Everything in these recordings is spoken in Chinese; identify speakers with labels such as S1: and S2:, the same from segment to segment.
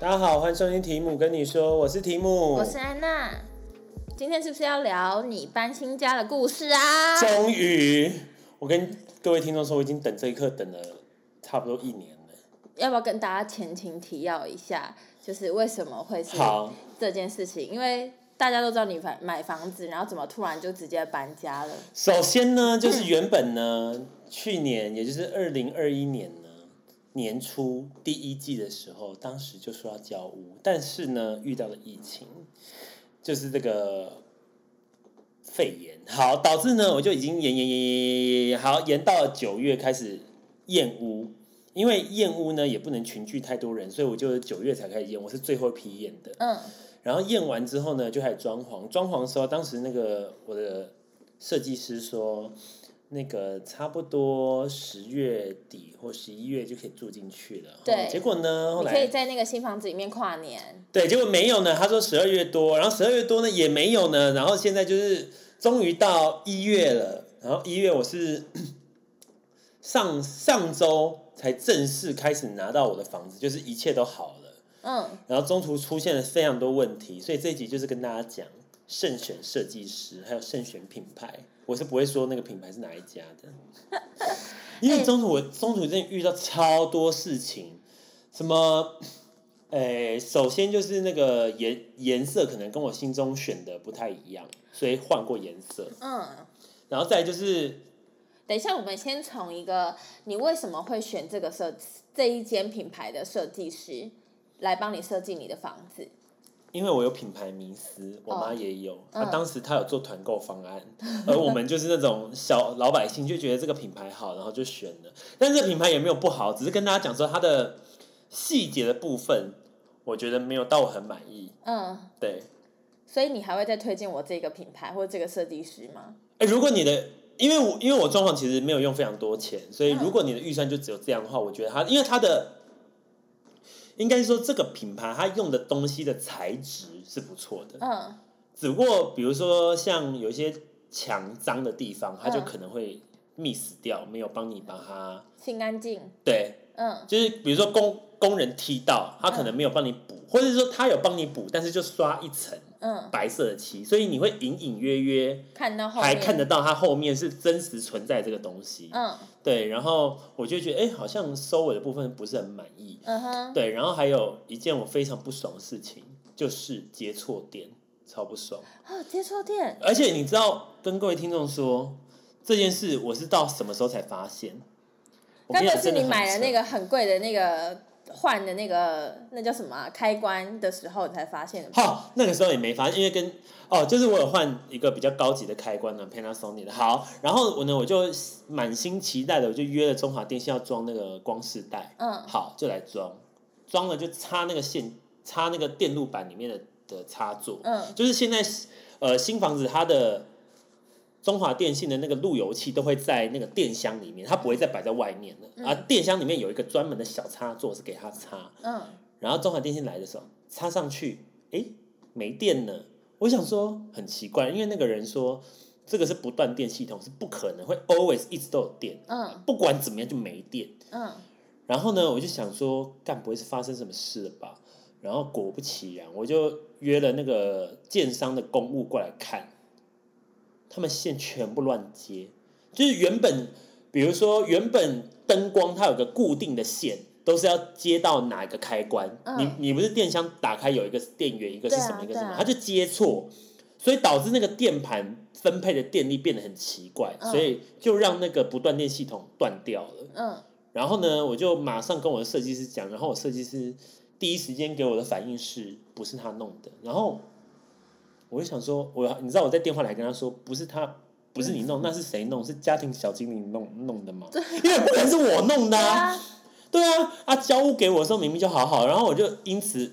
S1: 大家好，欢迎收听提姆跟你说，我是提姆，
S2: 我是安娜。今天是不是要聊你搬新家的故事啊？
S1: 终于，我跟各位听众说，我已经等这一刻等了差不多一年了。
S2: 要不要跟大家前情提要一下，就是为什么会是
S1: 好，
S2: 这件事情？因为大家都知道你买买房子，然后怎么突然就直接搬家了？
S1: 首先呢，就是原本呢，去年也就是二零二一年呢年初第一季的时候，当时就说要交屋，但是呢遇到了疫情，就是这个肺炎，好导致呢我就已经延延延延延延延，好延到了九月开始验屋。因为验屋呢也不能群聚太多人，所以我就九月才开始验，我是最后一批验的。
S2: 嗯，
S1: 然后验完之后呢，就开始装潢。装潢的时候，当时那个我的设计师说，那个差不多十月底或十一月就可以住进去了。
S2: 对
S1: 结果呢，后
S2: 你可以
S1: 来
S2: 在那个新房子里面跨年。
S1: 对，结果没有呢。他说十二月多，然后十二月多呢也没有呢。然后现在就是终于到一月了，然后一月我是 上上周才正式开始拿到我的房子，就是一切都好了。
S2: 嗯，
S1: 然后中途出现了非常多问题，所以这一集就是跟大家讲慎选设计师，还有慎选品牌。我是不会说那个品牌是哪一家的，因为中途我中途真的遇到超多事情，什么， 诶、首先就是那个颜颜色可能跟我心中选的不太一样，所以换过颜色，
S2: 嗯，
S1: 然后再来就是
S2: 等一下，我们先从一个你为什么会选这个设这一间品牌的设计师来帮你设计你的房子？
S1: 因为我有品牌迷思，我妈
S2: 哦
S1: 也有。她、
S2: 嗯
S1: 当时她有做团购方案，而我们就是那种小老百姓就觉得这个品牌好，然后就选了。但这个品牌也没有不好，只是跟大家讲说它的细节的部分，我觉得没有到我很满意。
S2: 嗯，
S1: 对，
S2: 所以你还会再推荐我这个品牌或这个设计师吗？
S1: 哎、如果你的，因为我因为我装潢其实没有用非常多钱，所以
S2: 嗯
S1: 如果你的预算就只有这样的话，我觉得它因为它的。应该说，这个品牌它用的东西的材质是不错的，
S2: 嗯，
S1: 只不过比如说像有一些墙脏的地方，它就
S2: 嗯
S1: 可能会 miss 掉，没有帮你把它
S2: 心安静。
S1: 对，
S2: 嗯
S1: 就是比如说工工人踢到，他可能没有帮你补，或者是说他有帮你补，但是就刷一层
S2: 嗯，
S1: 白色的漆，所以你会隐隐约约
S2: 看到后面
S1: 还看得到它后面是真实存在这个东西。
S2: 嗯
S1: 对，然后我就觉得哎、诶好像收尾的部分不是很满意。
S2: 嗯哼，
S1: 对，然后还有一件我非常不爽的事情，就是接错点，超不爽。
S2: 哦，接错店，
S1: 而且你知道，跟各位听众说这件事，我是到什么时候才发现？我
S2: 该
S1: 跟
S2: 不
S1: 讲
S2: 会是
S1: 真的
S2: 你
S1: 很
S2: 买了
S1: 扯
S2: 那个很贵的那个换的那个那叫什么啊、开关的时候你才发现的吧？
S1: 好，那个时候也没发现，因为跟哦，就是我有换一个比较高级的开关呢，Panasonic 的。好，然后我呢，我就满心期待的，我就约了中华电信要装那个光世代，
S2: 嗯
S1: 好，就来装，装了就插那个线，插那个电路板里面的的插座，
S2: 嗯
S1: 就是现在呃新房子它的中华电信的那个路由器都会在那个电箱里面，它不会再摆在外面了。啊，电箱里面有一个专门的小插座是给它插，
S2: 嗯，
S1: 然后中华电信来的时候插上去，诶，没电了。我想说很奇怪，因为那个人说这个是不断电系统，是不可能会 always 一直都有电，
S2: 嗯
S1: 不管怎么样就没电。
S2: 嗯
S1: 然后呢，我就想说，干不会是发生什么事了吧？然后果不其然，我就约了那个建商的公务过来看，他们线全部乱接，就是原本，比如说原本灯光它有个固定的线，都是要接到哪一个开关，
S2: 嗯
S1: 你你不是电箱打开有一个是电源，一个是什么，
S2: 对啊
S1: 一个是什
S2: 对
S1: 么，
S2: 啊
S1: 它就接错，所以导致那个电盘分配的电力变得很奇怪，
S2: 嗯
S1: 所以就让那个不断电系统断掉了。
S2: 嗯
S1: 然后呢，我就马上跟我的设计师讲，然后我设计师第一时间给我的反应是不是他弄的？然后我就想说，我你知道我在电话来跟他说，不是他，不是你弄，那是谁弄？是家庭小精灵弄弄的吗？因为不可能是我弄的、
S2: 对
S1: 啊。
S2: 啊，
S1: 对啊，他交屋给我的时候明明就好好，然后我就因此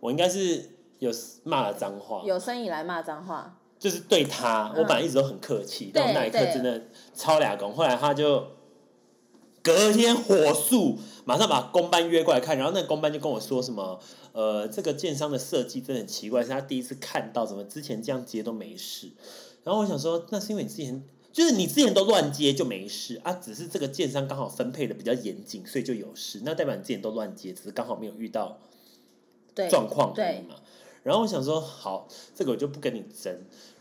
S1: 我应该是有骂了脏话，
S2: 有生以来骂脏话，
S1: 就是对他，
S2: 嗯
S1: 我本来一直都很客气，但我那一刻
S2: 对
S1: 真的超俩公。后来他就隔天火速，马上把公班约过来看，然后那个公班就跟我说什么，呃，这个建商的设计真的很奇怪，是他第一次看到，怎么之前这样接都没事。然后我想说，那是因为你之前就是你之前都乱接就没事啊，只是这个建商刚好分配的比较严谨，所以就有事。那代表你之前都乱接，只是刚好没有遇到
S2: 对
S1: 状况而
S2: 对
S1: 已嘛。然后我想说，好，这个我就不跟你争。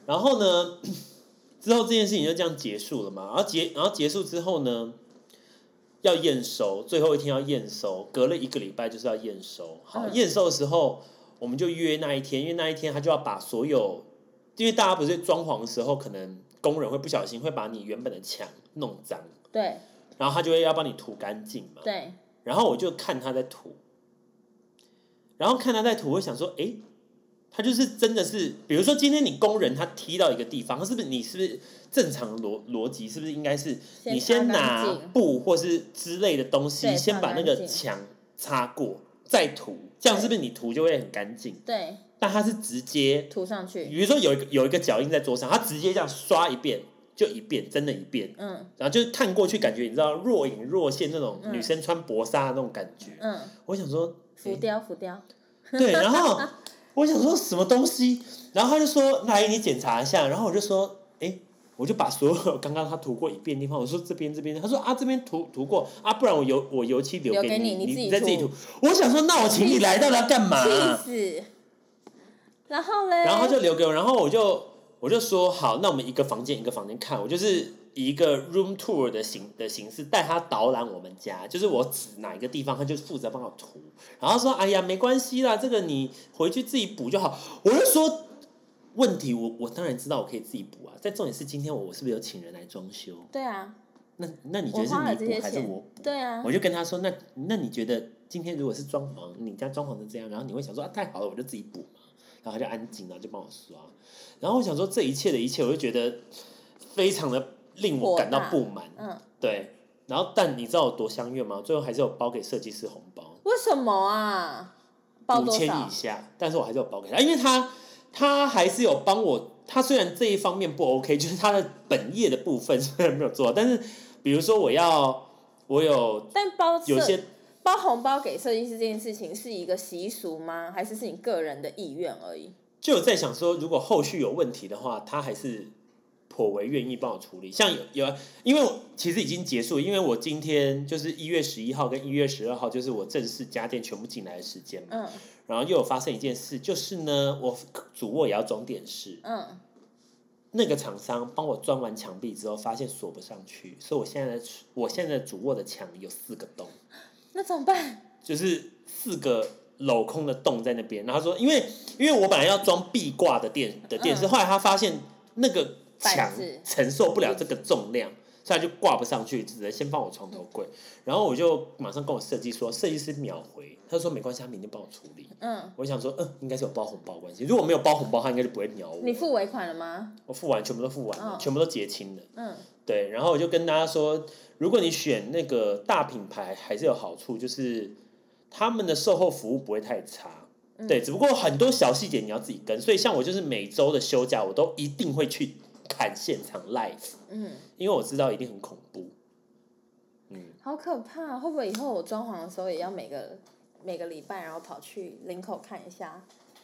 S1: 然后呢， 之后这件事情就这样结束了嘛。然后结，然后结束之后呢，要验收，最后一天要验收，隔了一个礼拜就是要验收。好，
S2: 嗯
S1: 验收的时候我们就约那一天，因为那一天他就要把所有，因为大家不是装潢的时候，可能工人会不小心会把你原本的墙弄脏，
S2: 对
S1: 然后他就会要帮你涂干净嘛。
S2: 对，
S1: 然后我就看他在涂，然后看他在涂，我想说，诶，他就是真的是，比如说今天你工人他踢到一个地方，他是不是你是不是正常的逻逻辑是不是应该是你先
S2: 擦干
S1: 拿
S2: 净
S1: 布或是之类的东西，
S2: 对
S1: 先把那
S2: 擦
S1: 个
S2: 干净
S1: 墙擦过再涂，这样是不是你涂就会很干净？
S2: 对
S1: 但他是直接，
S2: 涂上去，
S1: 比如说有一个有一个脚印在桌上，他直接这样刷一遍就一遍，真的一遍，
S2: 嗯
S1: 然后就是看过去感觉你知道若隐若现那种
S2: 嗯
S1: 女生穿薄纱的那种感觉，
S2: 嗯，
S1: 我想说，嗯
S2: 浮雕浮雕，
S1: 对，然 后我想说什么东西，然后他就说来你检查一下，然后我就说，哎，我就把所有刚刚他涂过一遍的地方，我说这边这边，他说啊这边涂涂过啊，不然我油我油漆留
S2: 留给
S1: 你，
S2: 你你自己
S1: 再自己
S2: 涂
S1: 涂。我想说，那我请你 来到底要干嘛？
S2: 气死！然后嘞，
S1: 啊然后他就留给我，然后我就我就说好，那我们一个房间一个房间看，我就是以一个 room tour 的形的形式带他导览我们家，就是我指哪一个地方，他就负责帮我涂，然后说哎呀没关系啦，这个你回去自己补就好，我就说。问题我我当然知道我可以自己补啊，但重点是今天我我是不是有请人来装修？
S2: 对啊，
S1: 那那你觉
S2: 我
S1: 得是
S2: 花了这
S1: 你
S2: 些
S1: 补还是
S2: 钱
S1: 我补？
S2: 对啊
S1: 我，就跟他说，那那你觉得今天如果是装潢，你家装潢成这样，然后你会想说啊太好了，我就自己补嘛，然后他就安静，然后就帮我刷，然后我想说这一切的一切，我就觉得非常的令我
S2: 火
S1: 感到
S2: 大
S1: 不满，
S2: 嗯，
S1: 对，然后但你知道我多相怨吗？最后还是有包给设计师红包，
S2: 为什么啊？包
S1: 五
S2: 多
S1: 千
S2: 少
S1: 以？下，但是我还是有包给他，因为他他还是有帮我。他虽然这一方面不 OK，就是他的本业的部分虽然没有做到，但是比如说我要我有
S2: 但包
S1: 有一
S2: 设
S1: 些
S2: 包红包给设计师这件事情是一个习俗吗？还是是你个人的意愿而已？
S1: 就有在想说，如果后续有问题的话，他还是颇为愿意帮我处理。像有有，因为我其实已经结束，因为我今天就是一月十一号跟一月十二号，就是我正式家电全部进来的时间嘛。
S2: 嗯
S1: 然后又有发生一件事，就是呢，我主卧也要装电视，
S2: 嗯，
S1: 那个厂商帮我装完墙壁之后，发现锁不上去，所以我现在的我现在的主卧的墙有四个洞。
S2: 那怎么办？
S1: 就是四个镂空的洞在那边。然后他说，因为因为我本来要装壁挂的电的电视，
S2: 嗯
S1: 后来他发现那个墙
S2: 板子
S1: 承受不了这个重量，所以他就挂不上去，只能先放我床头柜。然后我就马上跟我设计说，设计师秒回，他说没关系，他明天帮我处理。
S2: 嗯，
S1: 我想说，嗯、应该是有包红包的关系。如果没有包红包，他应该就不会鸟我。
S2: 你付尾款了吗？
S1: 我付完，全部都付完了，
S2: 嗯
S1: 全部都结清了。
S2: 嗯，
S1: 对，然后我就跟大家说，如果你选那个大品牌，还是有好处，就是他们的售后服务不会太差。
S2: 嗯
S1: 对，只不过很多小细节你要自己跟，所以像我就是每周的休假，我都一定会去看现场 live，
S2: 嗯，
S1: 因为我知道一定很恐怖。
S2: 好可怕！会不会以后我装潢的时候也要每个每个礼拜，然后跑去林口看一下？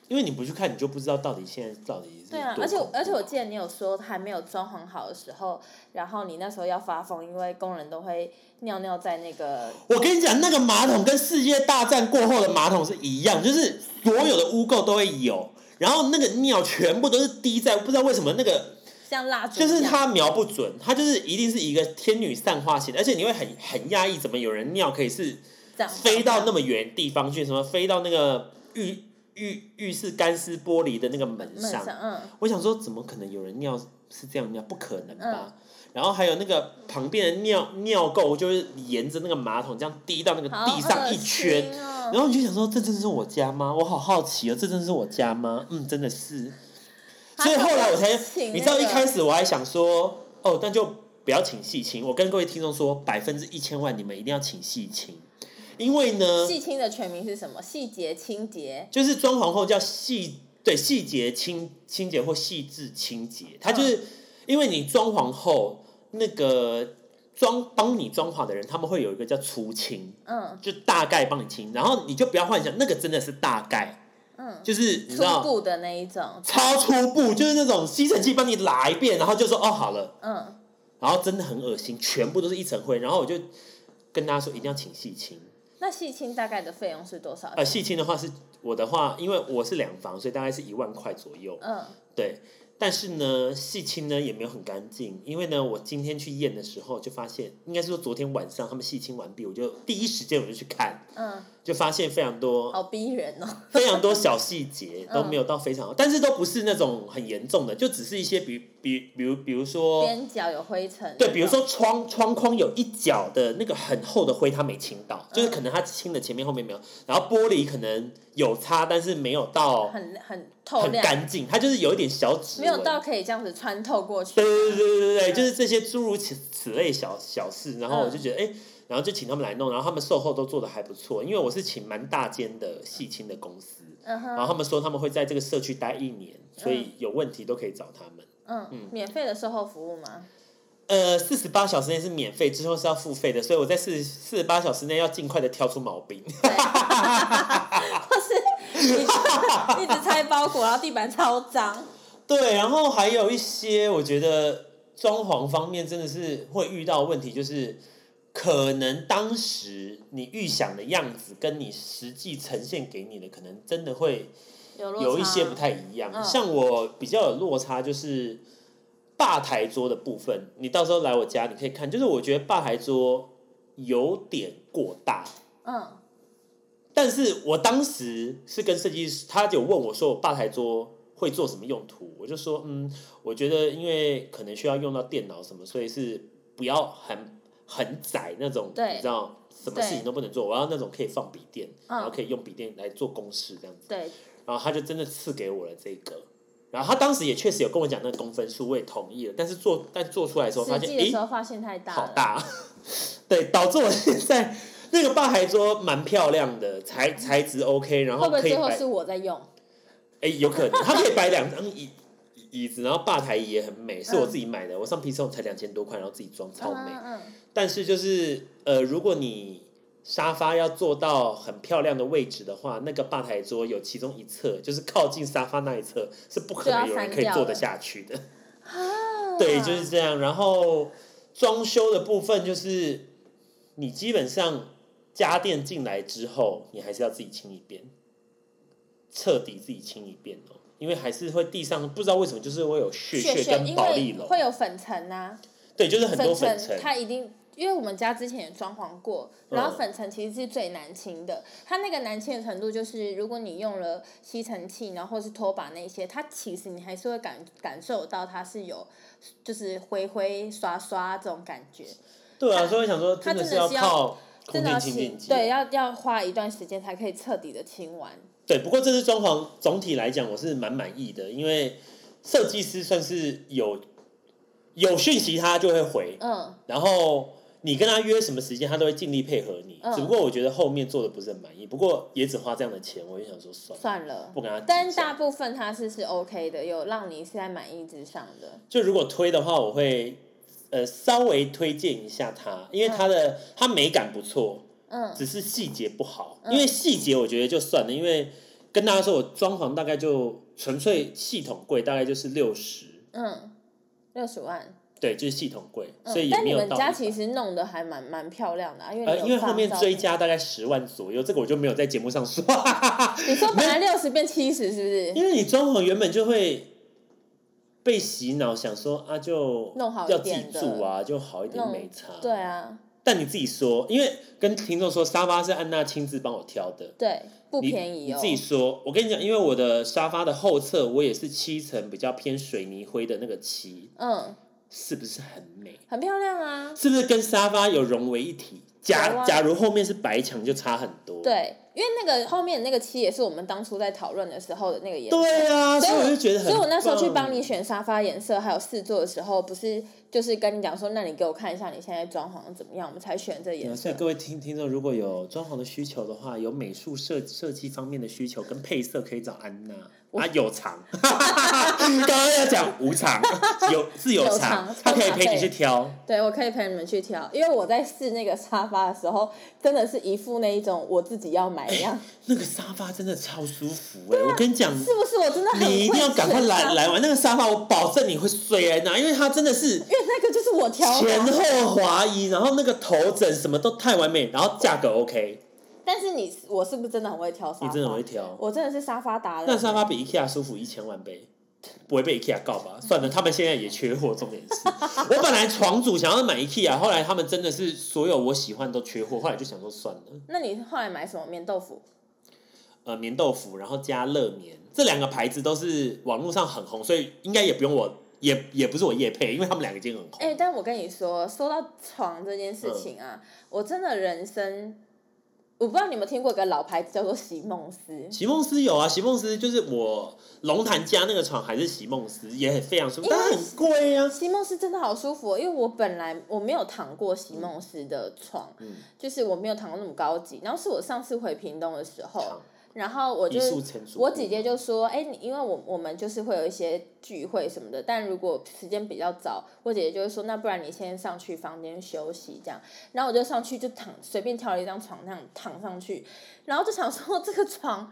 S1: 因为你不去看，你就不知道到底现在到底是
S2: 对啊，
S1: 多
S2: 而且
S1: 恐怖
S2: 而且我记得你有说还没有装潢好的时候，然后你那时候要发疯，因为工人都会尿尿在那个
S1: 我跟你讲，那个马桶跟世界大战过后的马桶是一样，就是所有的污垢都会有，然后那个尿全部都是滴在，不知道为什么那个
S2: 像蜡烛一
S1: 就
S2: 样，
S1: 是他瞄不准，他就是一定是一个天女散花型的，而且你会很很压抑，怎么有人尿可以是
S2: 这样
S1: 飞到那么远的地方去，什么飞到那个浴浴浴室干湿玻璃的那个门
S2: 闷
S1: 上
S2: 上，？嗯，
S1: 我想说，怎么可能有人尿是这样尿？不可能
S2: 嗯
S1: 吧？然后还有那个旁边的尿尿垢，就是沿着那个马桶这样滴到那个
S2: 好
S1: 地上
S2: 恶
S1: 一圈，
S2: 心哦
S1: 然后你就想说，这真的是我家吗？我好好奇哦，这真的是我家吗？嗯，真的是。所以后来我才
S2: 还好，请那个
S1: 你知道一开始我还想说，哦，那就不要请细清。我跟各位听众说，百分之一千万你们一定要请细清，因为呢，
S2: 细清的全名是什么？细节清洁。
S1: 就是装潢后叫细对细节清清洁或细致清洁，它就是、
S2: 嗯
S1: 因为你装潢后那个装帮你装潢的人，他们会有一个叫初清，
S2: 嗯
S1: 就大概帮你清，然后你就不要幻想那个真的是大概，
S2: 嗯，
S1: 就是你知
S2: 初
S1: 道。
S2: 步的那一种。
S1: 超初步就是那种吸尘器帮你拉一遍，然后就说哦好了，
S2: 嗯，
S1: 然后真的很恶心，全部都是一层灰。然后我就跟大家说一定要请细清，
S2: 那戏清大概的费用是多少？
S1: 呃，戏清的话是我的话，因为我是两房，所以大概是一万块左右。
S2: 嗯，
S1: 对，但是呢，戏清呢也没有很干净，因为呢，我今天去验的时候就发现，应该是说昨天晚上他们戏清完毕，我就第一时间我就去看，
S2: 嗯，
S1: 就发现非常多
S2: 好逼人哦。
S1: 非常多小细节都没有到非常好，但是都不是那种很严重的，就只是一些比比比如比如说。
S2: 边角有灰尘。
S1: 哦对，比如说窗窗框有一角的那个很厚的灰，它没清到，
S2: 嗯
S1: 就是可能它清的前面后面没有，然后玻璃可能有擦，但是没有到
S2: 很很透
S1: 很
S2: 亮，
S1: 干净，它就是有一点小指
S2: 没
S1: 纹，
S2: 有到可以这样子穿透过去
S1: 对。对对对对，
S2: 嗯
S1: 就是这些诸如此此类小小事，然后我就觉得哎、诶然后就请他们来弄，然后他们售后都做的还不错，因为我是请蛮大间的细清的公司，
S2: 嗯
S1: 然后
S2: 哼，
S1: 他们说他们会在这个社区待一年，所以有问题都可以找他们。
S2: 嗯，免费的售后服务 吗？
S1: 呃，四十八小时内是免费，之后是要付费的，所以我在四四十八小时内要尽快的挑出毛病。
S2: 对， 或 是一直一直拆包裹，然后地板超脏。
S1: 对，然后还有一些我觉得装潢方面真的是会遇到问题，就是可能当时你预想的样子跟你实际呈现给你的，可能真的会
S2: 有落
S1: 有一
S2: 差
S1: 些不太一样。
S2: 嗯
S1: 像我比较有落差就是吧台桌的部分，你到时候来我家你可以看，就是我觉得吧台桌有点过大。
S2: 嗯
S1: 但是我当时是跟设计师，他有问我说我吧台桌会做什么用途，我就说嗯，我觉得因为可能需要用到电脑什么，所以是不要很很窄那种，
S2: 对
S1: 你知道什么事情都不能做，我要那种可以放笔电，
S2: 嗯
S1: 然后可以用笔电来做公式这样子。
S2: 对，
S1: 然后他就真的赐给我了这个，然后他当时也确实有跟我讲那个公分数，我也同意了，但是做但做出来的时候发
S2: 实
S1: 现，
S2: 际的
S1: 诶
S2: 时，候发现太大
S1: 好
S2: 了。
S1: 大，啊 对，导致我现在那个吧台桌蛮漂亮的，材材质 OK，然
S2: 会
S1: 后
S2: 嗯不会
S1: 可以
S2: 最后
S1: 摆，
S2: 是我在用？
S1: 哎，有可能它可以摆两张椅椅椅子，然后吧台椅也很美，是我自己买的，我上 P 送才两千多块，然后自己装超美。
S2: 嗯嗯
S1: 但是就是呃，如果你沙发要做到很漂亮的位置的话，那个吧台桌有其中一侧，就是靠近沙发那一侧是不可
S2: 啊
S1: 能有人可以坐得下去的。
S2: 嗯。
S1: 对，就是这样。然后装修的部分就是，你基本上家电进来之后，你还是要自己清一遍，彻底自己清一遍哦，因为还是会地上不知道为什么就是会有血
S2: 血
S1: 血
S2: 血，
S1: 跟
S2: 因
S1: 保利
S2: 为
S1: 龙，
S2: 会有粉尘呐、
S1: 对，就是 很多
S2: 粉
S1: 粉尘，
S2: 它一定，因为我们家之前也装潢过，然
S1: 嗯
S2: 后粉尘其实是最难清的。它那个难清的程度就是，如果你用了吸尘器，然后或是拖把那些，它其实你还是会感感受到它是有，就是灰灰刷刷这种感觉，
S1: 对啊，所以我想说
S2: 它
S1: 真的
S2: 真
S1: 是
S2: 的
S1: 要
S2: 是要
S1: 靠空
S2: 真的要
S1: 气清
S2: 清
S1: 净，机，啊
S2: 对，要要花一段时间才可以彻底的清完。
S1: 对，不过这次装潢总体来讲我是蛮满意的，因为设计师算是有有讯息他就会回，
S2: 嗯，
S1: 然后你跟他约什么时间，他都会尽力配合你。
S2: 嗯
S1: 只不过我觉得后面做的不是很满意，不过也只花这样的钱，我就想说算了，
S2: 算了
S1: 不。跟他计较。
S2: 但大部分它是是 OK 的，有让你是在满意之上的。
S1: 就如果推的话，我会呃稍微推荐一下他，因为他的、他美感不错，
S2: 嗯
S1: 只是细节不好。
S2: 嗯
S1: 因为细节我觉得就算了，因为跟大家说我装潢大概就纯粹系统柜大概就是六十，
S2: 嗯，六十万。
S1: 对，就是系统柜，
S2: 嗯
S1: 所以也
S2: 但
S1: 没
S2: 你
S1: 有
S2: 们
S1: 到
S2: 家
S1: 100
S2: 其实弄得还蛮蛮漂亮的、啊，因为你
S1: 呃，
S2: 有
S1: 因为后
S2: 放
S1: 面
S2: 照
S1: 追
S2: 片，
S1: 加大概十万左右，这个我就没有在节目上说。
S2: 你说本来六十变七十是不是？
S1: 因为你装潢原本就会被洗脑，想说啊就
S2: 弄好一
S1: 要自己
S2: 点的
S1: 住啊，就好一点
S2: 弄
S1: 没差。
S2: 对。啊，
S1: 但你自己说，因为跟听众说，沙发是安娜亲自帮我挑的，
S2: 对，不
S1: 你
S2: 便宜
S1: 你
S2: 哦。
S1: 自己说，我跟你讲，因为我的沙发的后侧我也是漆层比较偏水泥灰的那个漆，
S2: 嗯，
S1: 是不是很美？
S2: 很漂亮啊。
S1: 是不是跟沙发有融为一体？
S2: 有
S1: 假
S2: 啊
S1: 假如后面是白墙，就差很多。。
S2: 对，因为那个后面那个漆也是我们当初在讨论的时候的那个颜色。
S1: 对啊，
S2: 所
S1: 所
S2: 以
S1: 以我就觉得很
S2: 所以我那时候去帮
S1: 棒
S2: 你选沙发颜色还有试做的时候，不是就是跟你讲说，那你给我看一下你现在装潢怎么样，我们才选这颜
S1: 啊所以
S2: 色。
S1: 各位听听众，如果有装潢的需求的话，有美术设设计方面的需求跟配色，可以找安娜。啊，有 偿，刚刚要讲无偿，有是有
S2: 有
S1: 偿
S2: 偿，
S1: 他可以
S2: 超
S1: 陪
S2: 费
S1: 你去挑。
S2: 对，我可以陪你们去挑，因为我在试那个沙发的时候，真的是一副那一种我自己要买的样子，
S1: 那个沙发真的超舒服哎、
S2: 啊
S1: 我跟你讲，
S2: 是不是？我真的很
S1: 你一定要
S2: 会
S1: 赶快
S2: 选
S1: 来
S2: 沙
S1: 来玩那个沙发，我保证你会睡在那，因为它真的是
S2: 因为那个就是我挑的
S1: 前
S2: 啊，
S1: 后滑移，然后那个头枕什么都太完美，然后价格 OK，
S2: 但是你我是不是真的很会挑沙发？
S1: 你真的很会挑。
S2: 我真的是沙发达
S1: 那
S2: 人。
S1: 沙发比 IKEA 舒服一千万倍，不会被 IKEA 告吧？算了，他们现在也缺货，重点是， 我本来床主想要买 IKEA，后来他们真的是所有我喜欢都缺货，后来就想说算了，
S2: 那你后来买什么棉豆腐？
S1: 呃，棉豆腐，然后加乐棉，这两个牌子都是网络上很红，所以应该也不用我，也也不是我业配，因为他们两个已经很红。
S2: 哎、但我跟你说，说到床这件事情
S1: 嗯
S2: 啊，我真的人生，我不知道你有没有听过一个老牌子叫做席梦思，
S1: 席梦思有啊，席梦思就是我龙潭家那个床还是席梦思，也很非常舒服，
S2: 因为
S1: 但是很贵啊。
S2: 席梦思真的好舒服、哦，因为我本来我没有躺过席梦思的床，
S1: 嗯
S2: 就是我没有躺过那么高级。然后是我上次回屏东的时候
S1: 躺，
S2: 然后我就
S1: 一宿成主顾
S2: 我姐姐就说：“哎、你因为我我们就是会有一些聚会什么的，但如果时间比较早，我姐姐就会说，那不然你先上去房间休息这样。”然后我就上去就躺，随便挑了一张床那样躺上去，然后就想说这个床。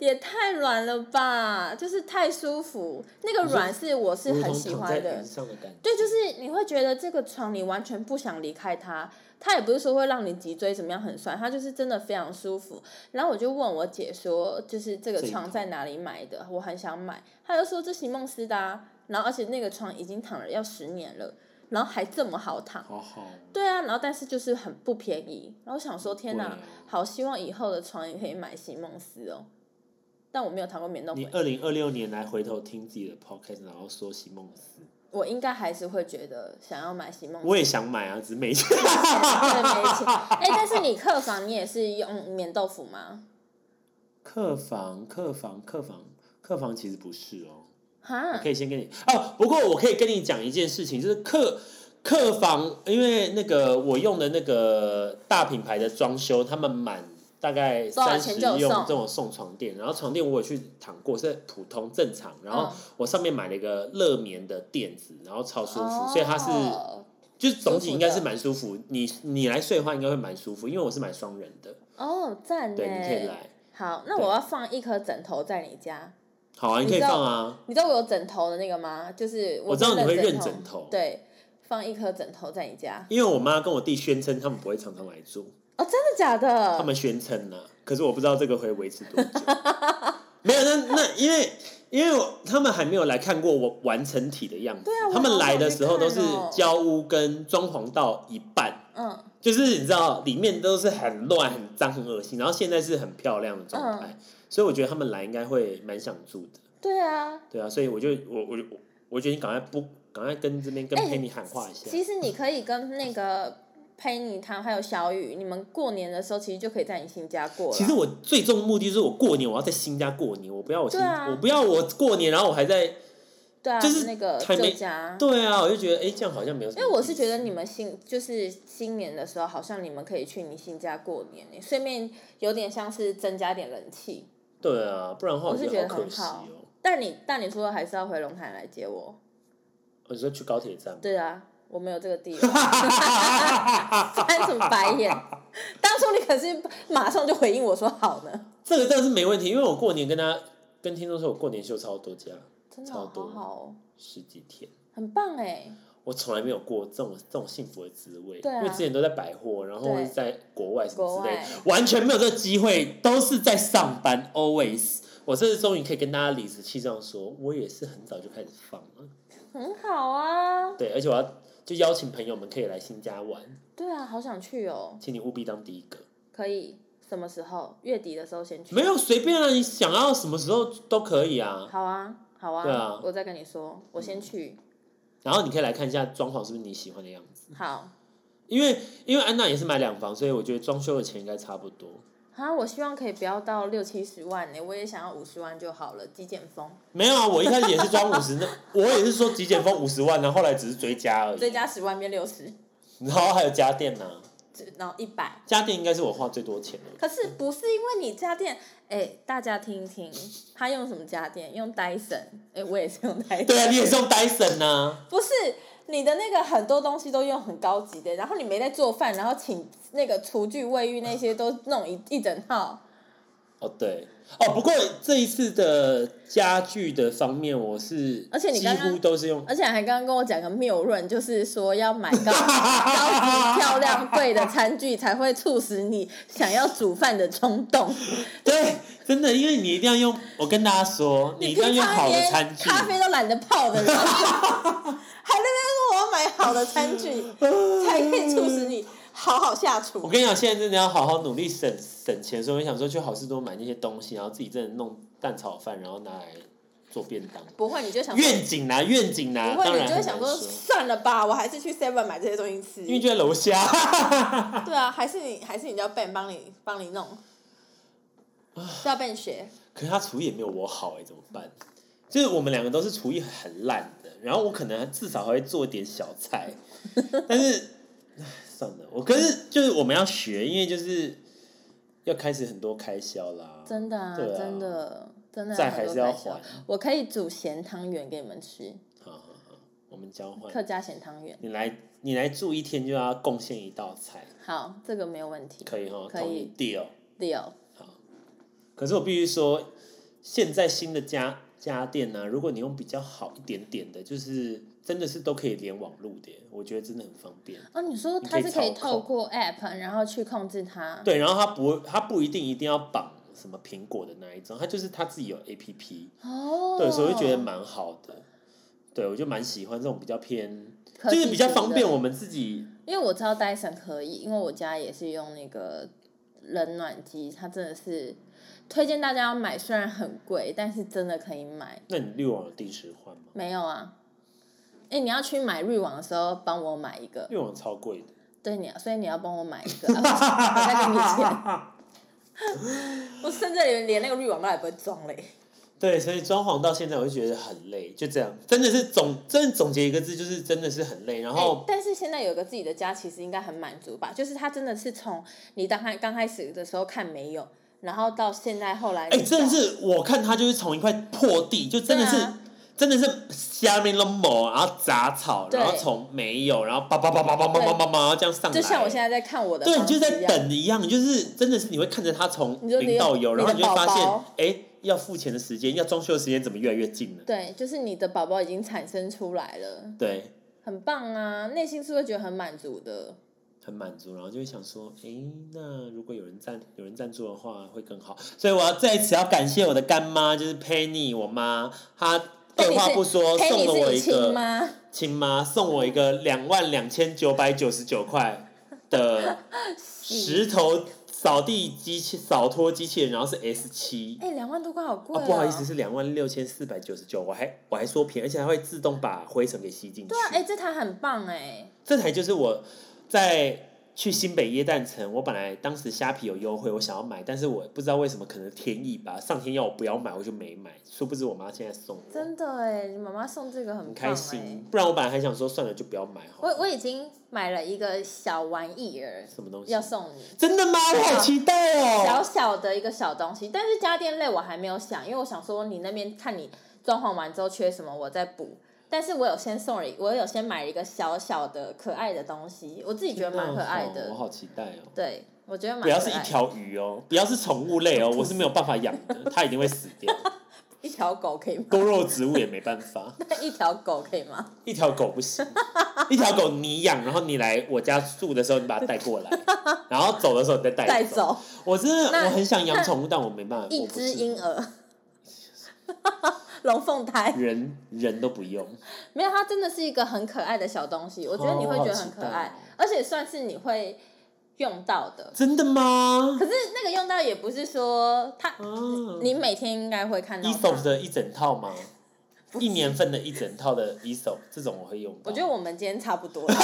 S2: 也太软了吧，就是太舒服。那个软是我是
S1: 如
S2: 很
S1: 同
S2: 喜
S1: 躺
S2: 欢
S1: 在
S2: 的，
S1: 云上的感觉。
S2: 对，就是你会觉得这个床你完全不想离开它，它也不是说会让你脊椎怎么样很酸，它就是真的非常舒服。然后我就问我姐说，就是这个
S1: 这一
S2: 床
S1: 套
S2: 在哪里买的？我很想买，她就说这席梦思的、啊，然后而且那个床已经躺了要十年了，然后还这么好躺。
S1: 好好。哦
S2: 对啊，然后但是就是很不便宜，然后我想说天
S1: 贵
S2: 哪
S1: 啊，
S2: 好希望以后的床也可以买席梦思哦，但我没有躺过棉豆
S1: 你
S2: 粉，
S1: 二零二六年来回头听自己的 podcast，然后说席梦思，
S2: 我应该还是会觉得想要买席梦思。
S1: 我也想买啊，只是没钱。
S2: 对，没钱。 哎、但是你客房你也是用棉豆腐吗？
S1: 客房，客房，客房，客房其实不是哦。我
S2: 哈
S1: 可，以先跟你哦，不过我可以跟你讲一件事情，就是客客房，因为那个我用的那个大品牌的装修，他们满大概
S2: 多少
S1: 三
S2: 钱
S1: 十
S2: 就有
S1: 用
S2: 送
S1: 这种送床垫，然后床垫我有去躺过，是普通正常，然后
S2: 嗯
S1: 我上面买了一个乐棉的垫子，然后超舒服，
S2: 哦
S1: 所以它是就是总体应该是蛮舒服，你你来睡的话应该会蛮舒服，因为我是买双人的，
S2: 哦，赞
S1: 对，你可以
S2: 呢。
S1: 来，
S2: 好，那
S1: 对
S2: 我要放一颗枕头在你家。
S1: 好啊，你可以
S2: 你知道
S1: 放啊，
S2: 你知道我有枕头的那个吗？就是
S1: 我知道
S2: 真的
S1: 你会认
S2: 头
S1: 枕头
S2: 对，放一颗枕头在你家。
S1: 因为我妈跟我弟宣称他们不会常常来住。
S2: 哦，真的假
S1: 他
S2: 的？
S1: 们宣称呢、可是我不知道这个会维持 多久。没有，那那因为因为我他们还没有来看过我完成体的样子。
S2: 对啊我
S1: 他们来的时候都是
S2: 好想去看哦
S1: 交屋跟装潢到一半，
S2: 嗯，
S1: 就是你知道里面都是很乱、很脏、很恶心，然后现在是很漂亮的状
S2: 嗯
S1: 态，所以我觉得他们来应该会蛮想住的。
S2: 对啊。
S1: 对啊，所以我就我我我我觉得你赶快不赶快跟这边跟
S2: 哎
S1: Penny 喊话一下。
S2: 其实你可以跟那个佩妮他还有小雨，你们过年的时候其实就可以在你新家过了。
S1: 其实我最终目的就是我过年我要在新家过年，我不要我新、
S2: 对啊
S1: 我不要我过年，然后我还在
S2: 对啊，
S1: 就是
S2: 那个
S1: 还
S2: 旧
S1: 没
S2: 家。
S1: 对啊，我就觉得哎、诶这样好像没有什么
S2: 因
S1: 意思。
S2: 为我是觉得你们新就是新年的时候，好像你们可以去你新家过年耶，顺便有点像是增加点人气。
S1: 对啊，不然的话
S2: 我是
S1: 觉
S2: 觉得
S1: 好可
S2: 很
S1: 惜哦
S2: 好、但你但你说还是要回龙潭来接我，
S1: 我说去高铁站吗，
S2: 对啊，我没有这个地位， 翻什么白眼？当初你可是马上就回应我说好呢，
S1: 这个倒是没问题，因为我过年跟他跟听众说，我过年休超多假，
S2: 真的
S1: 超
S2: 好
S1: 多
S2: 好哦，
S1: 十几天。
S2: 很棒哎，
S1: 我从来没有过这种这种幸福的滋味，
S2: 对啊
S1: 因为之前都在百货，然后
S2: 对
S1: 在国外什么之类的
S2: 国外，
S1: 完全没有这个机会，都是在上班，always。我这次终于可以跟大家理直气壮说，我也是很早就开始放了，
S2: 很好啊，
S1: 对，而且我要就邀请朋友们可以来新家玩，
S2: 对啊，好想去哦，
S1: 请你务必当第一个。
S2: 可以什么时候？月底的时候先去，
S1: 没有随便啊，你想要什么时候都可以啊。
S2: 好啊，好啊，
S1: 对啊
S2: 我再跟你说，我先去。
S1: 然后你可以来看一下装潢是不是你喜欢的样子，
S2: 好
S1: 因为因为安娜也是买两房，所以我觉得装修的钱应该差不多。
S2: 啊，我希望可以不要到六七十万呢、我也想要五十万就好了，极简风，
S1: 没有啊，我一开始也是装五十，那 我也是说极简风五十万，然后后来只是追加而已。
S2: 追加十万变六十，
S1: 然后还有家电呢、
S2: 只然后一百。
S1: 家电应该是我花最多钱的。
S2: 可是不是因为你家电？哎、大家听一听，他用什么家电？用 Dyson，哎、我也是 用 Dyson。
S1: 对啊，你也是用 Dyson 啊呐、
S2: 不是你的那个很多东西都用很高级的，然后你没在做饭，然后请那个厨具、卫浴那些都弄一一整套。
S1: 哦，对，哦，不过这一次的家具的方面，我是
S2: 而且你
S1: 几
S2: 刚刚
S1: 乎都是用
S2: 而且还刚刚跟我讲个谬论，就是说要买高 高级漂亮贵的餐具，才会促使你想要煮饭的冲动。
S1: 对，真的，因为你一定要用，我跟大家说， 你一定要
S2: 平
S1: 用
S2: 常
S1: 好的
S2: 连
S1: 餐具，
S2: 咖啡都懒得泡的人，还在那边说我要买好的餐具，才可以促使你好好下
S1: 我
S2: 厨。
S1: 跟你讲，现在真的要好好努力省省钱，所以我想说去好事多买那些东西，然后自己真的弄蛋炒饭，然后拿来做便当。
S2: 不会，你就想说，
S1: 愿景呐、愿景呐、
S2: 不
S1: 当
S2: 会，
S1: 然
S2: 你就会想
S1: 很难
S2: 说，算了吧，我还是去 Seven 买这些东西吃。
S1: 因为就在楼下。
S2: 对啊，还是你，还是你叫 Ben 帮你帮你弄，叫 Ben 学。
S1: 可是他厨艺也没有我好哎、怎么办？就是我们两个都是厨艺很烂的，然后我可能至少还会做点小菜，但是唉算了，我可是就是我们要学，因为就是要开始很多开销啦，
S2: 真的啊，
S1: 对啊
S2: 真的，真的
S1: 债
S2: 很
S1: 还
S2: 多
S1: 是要
S2: 开销
S1: 还。
S2: 我可以煮咸汤圆给你们吃，
S1: 好好好，我们交换。
S2: 客家咸汤圆。
S1: 你来，你来住一天就要贡献一道菜，
S2: 好，这个没有问题。
S1: 可以哈？
S2: 可以
S1: 同意 deal。
S2: Deal，
S1: 可是我必须说，现在新的家家电呢、如果你用比较好一点点的，就是真的是都可以连网路的耶，我觉得真的很方便。
S2: 哦，你说
S1: 你可
S2: 它
S1: 以
S2: 是可以
S1: 操控
S2: 透过 App 然后去控制它。
S1: 对，然后它不，它不一定一定要绑什么苹果的那一种，它就是它自己有 A P P，
S2: 哦，
S1: 对，所以我就觉得蛮好的。对，我就蛮喜欢这种比较偏，
S2: 科
S1: 就
S2: 技
S1: 是比较
S2: 型
S1: 方
S2: 的
S1: 便我们自己。
S2: 因为我知道 Dyson 可以，因为我家也是用那个冷暖机，它真的是推荐大家要买，虽然很贵，但是真的可以买。
S1: 那你滤网有定时换吗？
S2: 没有啊，哎、你要去买滤网的时候帮我买一个，
S1: 滤网超贵的。
S2: 对你，啊所以你要帮我买一个， 啊我再给你钱。 我甚至连连那个滤网盖也不会装嘞。
S1: 对，所以装潢到现在，我就觉得很累，就这样，真的是总，真的总结一个字，就是真的是很累。然
S2: 哎
S1: 后，
S2: 但是现在有个自己的家，其实应该很满足吧？就是他真的是从你刚开刚开始的时候看没有，然后到现在后来，
S1: 哎、真的是，我看他就是从一块破地，就真的是，
S2: 对啊
S1: 真的是下面 l o 然后杂草，
S2: 对
S1: 然后从没有，然后叭叭叭叭叭叭叭叭叭，然后这样上来。
S2: 就像我现在在看我的
S1: 对，
S2: 房
S1: 你
S2: 子
S1: 就
S2: 一样，
S1: 在等一样，就是真的是你会看着他从
S2: 你就你的
S1: 零到有，然后你
S2: 你
S1: 就
S2: 的
S1: 会发现
S2: 宝宝，
S1: 哎、要付钱的时间，要装修的时间怎么越来越近了？
S2: 对，就是你的宝宝已经产生出来了，
S1: 对，
S2: 很棒啊，内心是会觉得很满足的。
S1: 很满足，然后就会想说，诶，那如果有人赞有人赞助的话会更好。所以我要在此要感谢我的干妈，就是 Penny，我妈，她二话不说
S2: 嘿，
S1: 哦送
S2: 你
S1: 了我
S2: 是你
S1: 一
S2: 亲
S1: 个
S2: 吗？
S1: 亲妈，送我一个两万两千九百九十九块的石头扫地机器扫拖机器人，然后是 S 七。
S2: 哎、两万多块好贵、
S1: 啊，
S2: 哦
S1: 不好意思，是两万六千四百九十九，我还我还说便宜，而且它会自动把灰尘给吸进去。
S2: 对啊，哎、这台很棒哎、
S1: 这台就是我在去新北耶诞城，我本来当时虾皮有优惠，我想要买，但是我不知道为什么，可能天意吧，上天要我不要买，我就没买。殊不知我妈现在送我，
S2: 真的哎、你妈妈送这个很
S1: 很
S2: 棒哎、
S1: 开心。不然我本来还想说算了，就不要买好
S2: 我
S1: 了。
S2: 我已经买了一个小玩意儿
S1: 什么东西
S2: 要？送你，
S1: 真的吗？我好期待
S2: 啊
S1: 哦！
S2: 小小的一个小东西，但是家电类我还没有想，因为我想说你那边看你装潢完之后缺什么，我再补。但是我有先送了一，我有先买了一个小小的可爱的东西，我自己觉得蛮可爱
S1: 真哦我
S2: 的。
S1: 好期待哦！
S2: 对，我觉得蛮
S1: 不
S2: 可爱
S1: 要
S2: 的。
S1: 是一条鱼哦，不要是宠物类 哦，我是没有办法养的，它一定会死掉。
S2: 一条狗可 以吗？
S1: 多肉植物也没办法，
S2: 一条狗可以吗？
S1: 一条狗不 行，一条狗你养，然后你来我家住的时候你把它带过 来，然后走的时候你再带
S2: 带走
S1: 哎我真的
S2: 那
S1: 我很想养宠物，但我没办法。
S2: 一
S1: 我不
S2: 只
S1: 是
S2: 婴儿， 龙凤胎。
S1: 人人都不用，
S2: 没有，它真的是一个很可爱的小东西，我觉得你会觉得很可爱，
S1: 哦好期
S2: 而且算是你会用到的。
S1: 真的 吗
S2: 可？是那个用到也不是说它，
S1: 啊
S2: 你每天应该会看到
S1: e
S2: 它
S1: s o p 的一整套吗？一年份的一整套的 e s o p 这种我会用到。
S2: 我觉得我们今天差 不多了，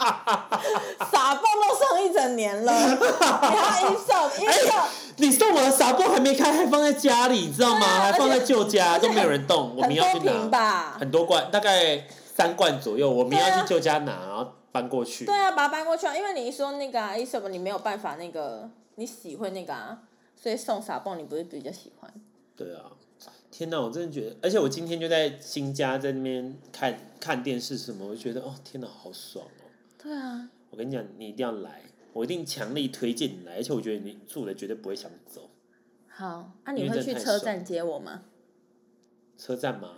S2: 傻棒都送一整年了，你还一送一
S1: 哎
S2: 送，
S1: 你送我的纱布还没开，还放在家里，你知道吗？
S2: 啊
S1: 还放在旧家，都没有人动。我
S2: 很
S1: 们要去
S2: 多瓶
S1: 拿
S2: 吧？
S1: 很多罐，大概三罐左右。我们
S2: 对啊
S1: 要去旧家拿，然后搬过去
S2: 对。啊，把它搬过去啊，因为你一说那个啊 e s o p 你没有办法那个你喜欢那个啊，所以送傻棒你不是比较喜欢？
S1: 对啊，天哪！我真的觉得，而且我今天就在新家在那边看看电视什么，我就觉得哦，天哪，好爽哦！
S2: 对啊，
S1: 我跟你讲，你一定要来，我一定强力推荐你来，而且我觉得你住的绝对不会想走。
S2: 好，那、啊你
S1: 因为
S2: 会
S1: 真的
S2: 去
S1: 太
S2: 车
S1: 熟
S2: 站接我吗？
S1: 车站嘛，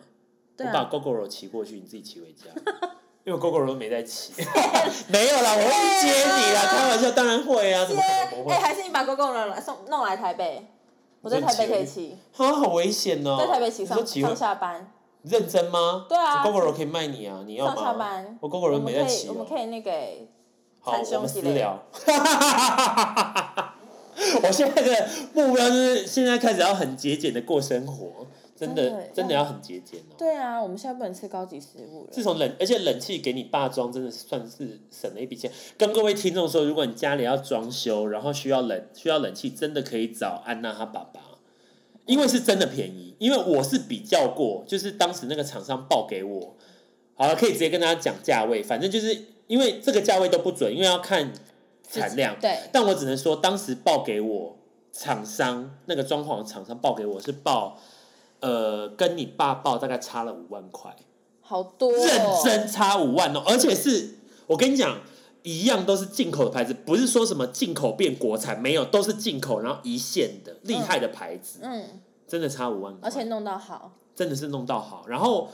S2: 对
S1: 我把
S2: 啊，
S1: GoGoRo 骑过去，你自己骑回家， 因为我 GoGoRo 都没在骑。 没有啦，我会去接你 啦，开玩笑，当然会啊，怎
S2: 接
S1: 么可能不
S2: 哎、
S1: 会？
S2: 还是你把公共人来送弄来台北，我在
S1: 你
S2: 台北可以
S1: 骑
S2: 骑，
S1: 啊，好危险哦！
S2: 在台北骑
S1: 你
S2: 上
S1: 说骑回
S2: 上下班，
S1: 认真吗？
S2: 对啊
S1: 我 GoGoRo 可以卖你啊，你要吗？
S2: 上下班
S1: 我
S2: 我
S1: GoGoRo
S2: 们
S1: 没
S2: 可
S1: 在
S2: 以
S1: 骑
S2: 我们
S1: 哦。
S2: 可以那个欸
S1: 好，
S2: 参
S1: 我
S2: 兄
S1: 们
S2: 之
S1: 私
S2: 类的。
S1: 聊。 我现在的目标就是现在开始要很节俭的过生活，真
S2: 真的
S1: 的真的要很节俭哦。
S2: 对啊，我们现在不能吃高级食物
S1: 自
S2: 了。
S1: 从冷，而且冷气给你爸装，真的是算是省了一笔钱。跟各位听众说，如果你家里要装修，然后需要冷需要冷气，真的可以找安娜她爸爸，因为是真的便宜。因为我是比较过，就是当时那个厂商报给我，好了，可以直接跟大家讲价位，反正就是因为这个价位都不准，因为要看产量。
S2: 对，
S1: 但我只能说，当时报给我厂商那个装潢厂商报给我是报，呃，跟你爸报大概差了五万块。
S2: 好多、哦。
S1: 认真差五万哦，而且是我跟你讲，一样都是进口的牌子，不是说什么进口变国产，没有，都是进口，然后一线的厉害的牌子，
S2: 嗯，
S1: 真的差五万块，
S2: 而且弄到好，
S1: 真的是弄到好，然后。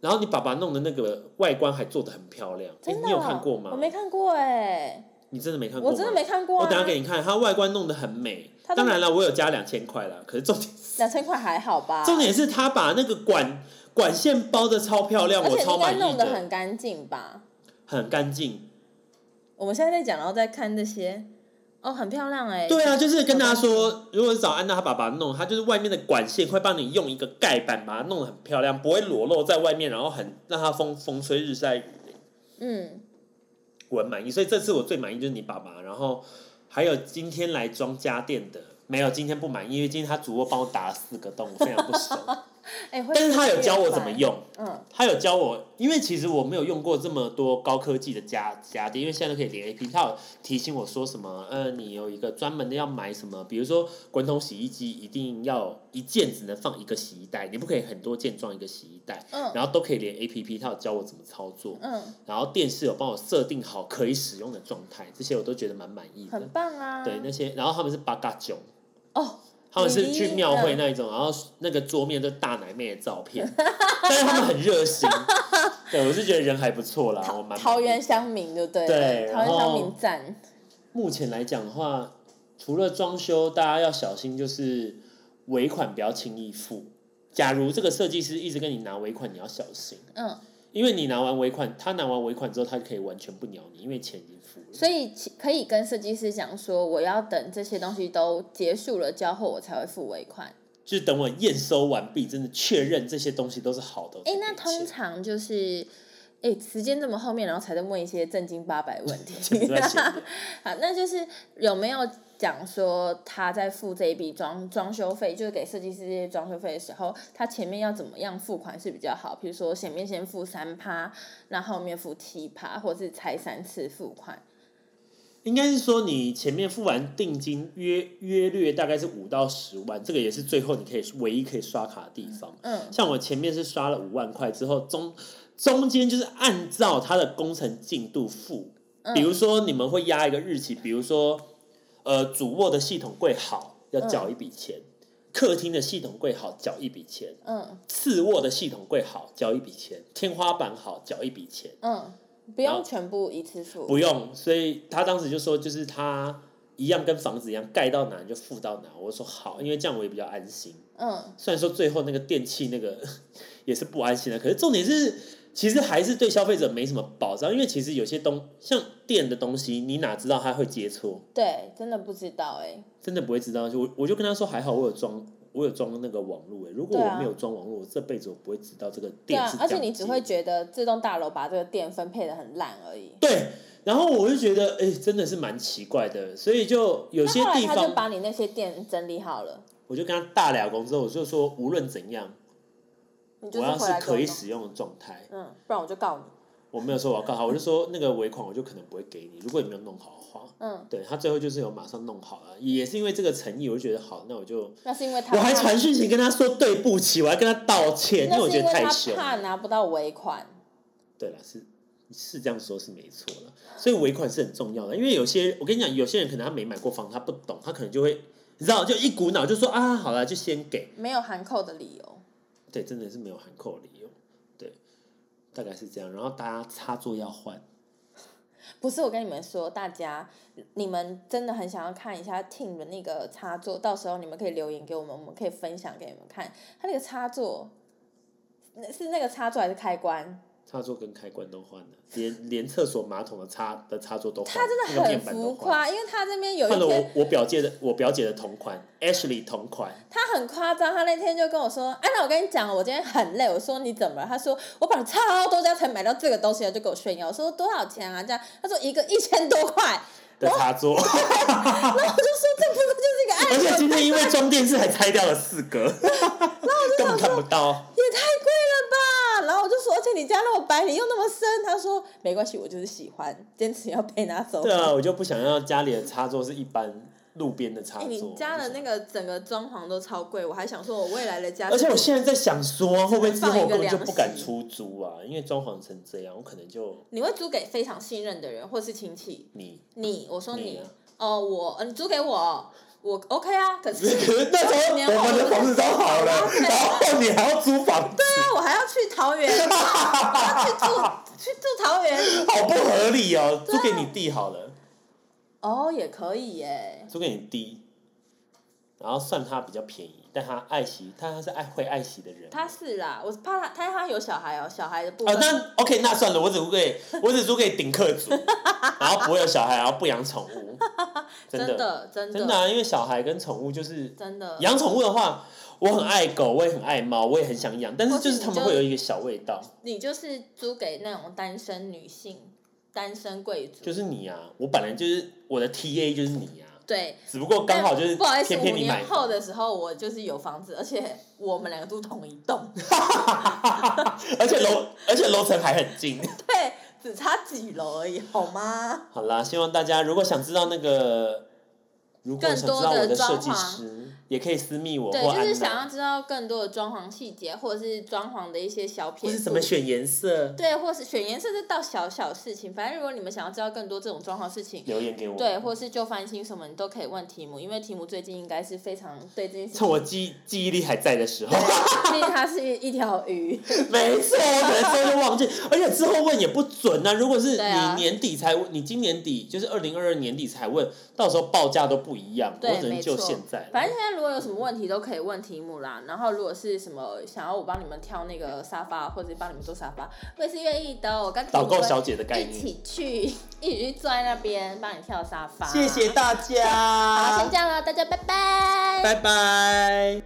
S1: 然后你爸爸弄的那个外观还做的很漂亮，诶
S2: 真的、
S1: 哎
S2: 啊
S1: 你有看过吗？
S2: 我没看过哎、
S1: 你真的没看过
S2: 我
S1: 吗？
S2: 真的没看过、啊。
S1: 我等一下给你看，它外观弄得很美
S2: 它。都
S1: 当然了，我有加两千块啦，可是重点
S2: 两千块还好吧？
S1: 重点是他把那个管管线包的超漂亮，
S2: 而
S1: 我
S2: 且
S1: 超
S2: 应该
S1: 满意
S2: 弄
S1: 的，
S2: 得很干净吧？
S1: 很干净。
S2: 我们现在在讲，然后再看这些，哦，很漂亮哎、
S1: 对啊，就是跟大家说，如果是找安娜她爸爸弄，他就是外面的管线会帮你用一个盖板把它弄得很漂亮，不会裸露在外面，然后很让它风风吹日晒雨淋，
S2: 嗯，
S1: 我很满意。所以这次我最满意就是你爸爸，然后还有今天来装家电的，没有今天不满意，因为今天他主卧帮我打了四个洞，我非常不爽。
S2: 哎、会
S1: 但是他有
S2: 变
S1: 教我
S2: 白
S1: 怎么，用，
S2: 嗯，
S1: 他有教我，因为其实我没有用过这么多高科技的家家电，因为现在都可以连 A P，他有提醒我说什么，呃，你有一个专门的要买什么，比如说滚筒洗衣机一定要一件只能放一个洗衣袋，你不可以很多件装一个洗衣袋，
S2: 嗯
S1: 然后都可以连 A P P，他有教我怎么操作，
S2: 嗯，
S1: 然后电视有帮我设定好可以使用的状态，这些我都觉得蛮满意的
S2: 很。棒啊。
S1: 对那些，然后他们是八嘎囧，
S2: 哦，
S1: 他们是去庙会
S2: 嗯
S1: 那一种，然后那个桌面都是大奶妹的照 片，但是他们很热心。 对，我是觉得人还不错啦，我
S2: 桃
S1: 蛮
S2: 桃园乡民对不对？
S1: 对
S2: 桃
S1: 然
S2: 园乡
S1: 后
S2: 民赞。
S1: 目前来讲的话，除了装修，大家要小心就是尾款不要轻易付。假如这个设计师一直跟你拿尾款，你要小心，
S2: 嗯，
S1: 因为你拿完尾款，他拿完尾款之后，他就可以完全不鸟你，因为钱已经付了。
S2: 所以其可以跟设计师讲说，我要等这些东西都结束了交货，我才会付尾款。
S1: 就是等我验收完毕，真的确认这些东西都是好的。我
S2: 哎、
S1: 才
S2: 那
S1: 给
S2: 通
S1: 钱
S2: 常就是，哎、时间这么后面，然后才在问一些正经八百问
S1: 你
S2: 题
S1: 都在闲聊。
S2: 好，那就是有没有讲说他在付这一笔装装修费，就是给设计师这些装修费的时候，他前面要怎么样付款是比较好？比如说前面先付三趴，那后面付七趴，或是拆三次付款。
S1: 应该是说你前面付完定金约约略大概是五到十万，这个也是最后你可以唯一可以刷卡的地方。
S2: 嗯
S1: 像我前面是刷了五万块之后，中中间就是按照它的工程进度付，
S2: 嗯
S1: 比如说你们会压一个日期，比如说呃主卧的系统柜好要缴
S2: 嗯
S1: 一笔钱，客厅的系统柜好缴一笔钱，
S2: 嗯
S1: 次卧的系统柜好缴一笔钱，天花板好缴一笔钱。
S2: 嗯，不
S1: 然后
S2: 用全部一次付。
S1: 哦不用，所以他当时就说，就是他一样跟房子一样，盖到哪就付到哪。我说好，因为这样我也比较安心。
S2: 嗯
S1: 虽然说最后那个电器那个 也是不安心的，可是重点是，其实还是对消费者没什么保障，因为其实有些东像电的东西，你哪知道它会接错？，
S2: 对，真的不知道哎、
S1: 真的不会知道。就我我就跟他说，还好我有装。我有装那个网络欸诶、如果
S2: 对啊
S1: 我没有装网络，我这辈子我不会知道这个
S2: 对
S1: 电
S2: 啊
S1: 是，这
S2: 而
S1: 样接。
S2: 且你只会觉得这栋大楼把这个店分配的很烂而已。
S1: 对，然后我就觉得，哎、真的是蛮奇怪的，所以就有些
S2: 那后来
S1: 地
S2: 他就
S1: 方
S2: 把你那些店整理好了，
S1: 我就跟他大聊工之后，我就说无论怎样，
S2: 你就
S1: 我要
S2: 回
S1: 是
S2: 来跟
S1: 可
S2: 我
S1: 以
S2: 弄
S1: 使用的状态，
S2: 嗯，不然我就告你。
S1: 我没有说我要告他，我就说那个尾款我就可能不会给你，如果你没有弄好的话。
S2: 嗯，
S1: 对他最后就是有马上弄好了，也是因为这个诚意，我就觉得好，那我就
S2: 那是因为他
S1: 我还
S2: 怕
S1: 传讯息跟他说对不起，我还跟他道歉，因为
S2: 那
S1: 我
S2: 是
S1: 觉
S2: 因
S1: 得
S2: 为
S1: 太
S2: 他
S1: 凶。
S2: 怕拿不到尾款。
S1: 对了，是是这样说，是没错了。所以尾款是很重要的，因为有些我跟你讲，有些人可能他没买过房，他不懂，他可能就会，你知道，就一股脑就说啊，好了，就先给。
S2: 没有含扣的理由。
S1: 对，真的是没有含扣的理由。对，大概是这样。然后大家插座要换，
S2: 不是我跟你们说，大家，你们真的很想要看一下 Team 的那个插座，到时候你们可以留言给我们，我们可以分享给你们看。它那个插座，那是那个插座还是开关？
S1: 插座跟开关都换了，连连厕所马桶的插的插座都换了，
S2: 它真的
S1: 那个
S2: 很
S1: 面板都
S2: 浮
S1: 换了。
S2: 夸，因为它这边有
S1: 换
S2: 一
S1: 了
S2: 天，
S1: 我我表姐的我表姐的同款，Ashley 同款，
S2: 他很夸张，他那天就跟我说：“哎、那我跟你讲，我今天很累。”我说：“你怎么了？”他说：“我跑了超多家才买到这个东西的，就给我炫耀。”我说：“多少钱啊？”这样，他说：“一个一千多块。
S1: 的插座，而”
S2: 然
S1: 啊
S2: 后我就说：“这不过就是一个
S1: 且
S2: 爱
S1: 今
S2: 情，
S1: 天因为装电视还拆掉了四 格，根本看不到。
S2: 也太贵了吧？”然后我就说：“而且你家那么白，你又那么深。”他说：“没关系，我就是喜欢，坚持要被拿走。
S1: 对啊，我就不想要家里的插座是一般路边的插
S2: 哎
S1: 座。
S2: 你家的那个整个装潢都超贵，我还想说，我未来的家，
S1: 而且我现在在想说，会不会之后我根本就不敢出租啊？因为装潢成这样，我可能就
S2: 你会租给非常信任的人或是亲戚。
S1: 你
S2: 你，我说
S1: 你
S2: 你
S1: 啊，
S2: 哦，我，呃你租给我，我 OK 啊，可 是
S1: 那时候
S2: 年后
S1: 我们的房子都好了，然后你还要租房，
S2: 对啊，我还要去桃园，我要去住去住桃园，
S1: 好不合理哦！租给你弟好了，
S2: 哦，也可以耶，
S1: 租给你弟，然后算他比较便宜，但他爱惜，他是爱会爱惜的人。
S2: 他是啦，我怕他他他有小孩哦，小孩的部
S1: 啊
S2: 分，，
S1: 那 OK，那算了，我只租 给我只租给顶客族，然后不会有小孩，然后不养宠 物，真
S2: 真
S1: 的
S2: 的真
S1: 真的
S2: 的
S1: 啊，因为小孩跟宠物就是
S2: 真的，
S1: 养宠物的话，我很爱狗，我也很爱猫，我也很想养，但是就是他们
S2: 或是你就
S1: 会有一个小味道，
S2: 你就是租给那种单身女性、单身贵族，
S1: 就是你啊，我本来就是我的 TA 就是你啊，
S2: 对。
S1: 只不过刚好就是
S2: 但不好意思，
S1: 偏
S2: 五
S1: 偏你买
S2: 年后的时候，我就是有房子，而且我们两个住同一栋，
S1: 而且楼而且楼层还很近。
S2: 对，只差几楼而已，好吗？
S1: 好啦，希望大家如果想知道那个，如果
S2: 更
S1: 想知
S2: 多
S1: 道
S2: 的
S1: 我的设
S2: 装
S1: 计
S2: 潢
S1: 师，也可以私密我
S2: 对，
S1: 或
S2: 就
S1: 安
S2: 是想要
S1: 娜，
S2: 知道更多的装潢细节，或者是装潢的一些小
S1: 或
S2: 撇
S1: 是
S2: 步
S1: 怎么。选颜色，
S2: 对，或是选颜色这到小小事情，反正如果你们想要知道更多这种装潢事情，
S1: 留言给我。
S2: 对，或是就翻新什么，你都可以问题目，因为题目最近应该是非常对这件事
S1: 趁
S2: 情，
S1: 我记记忆力还在的时候，
S2: 毕竟它是一条鱼。
S1: 没错，我可能真的忘记，而且之后问也不准呐、如果是
S2: 对啊
S1: 你年底才问，你今年底就是二零二二年底才问，到时候报价都不一样，我
S2: 对
S1: 只能就
S2: 没错
S1: 现在。
S2: 反正现在如果有什么问题都可以问题目啦，然后如果是什么想要我帮你们挑那个沙发，或者是帮你们做沙发，我也是愿意的。我跟题
S1: 导
S2: 目
S1: 购
S2: 会
S1: 小姐的概
S2: 一
S1: 念。
S2: 起去，一起去坐在那边帮你挑沙发。
S1: 谢谢大
S2: 好，
S1: 家
S2: 先这，样了，大家拜拜。
S1: 拜拜。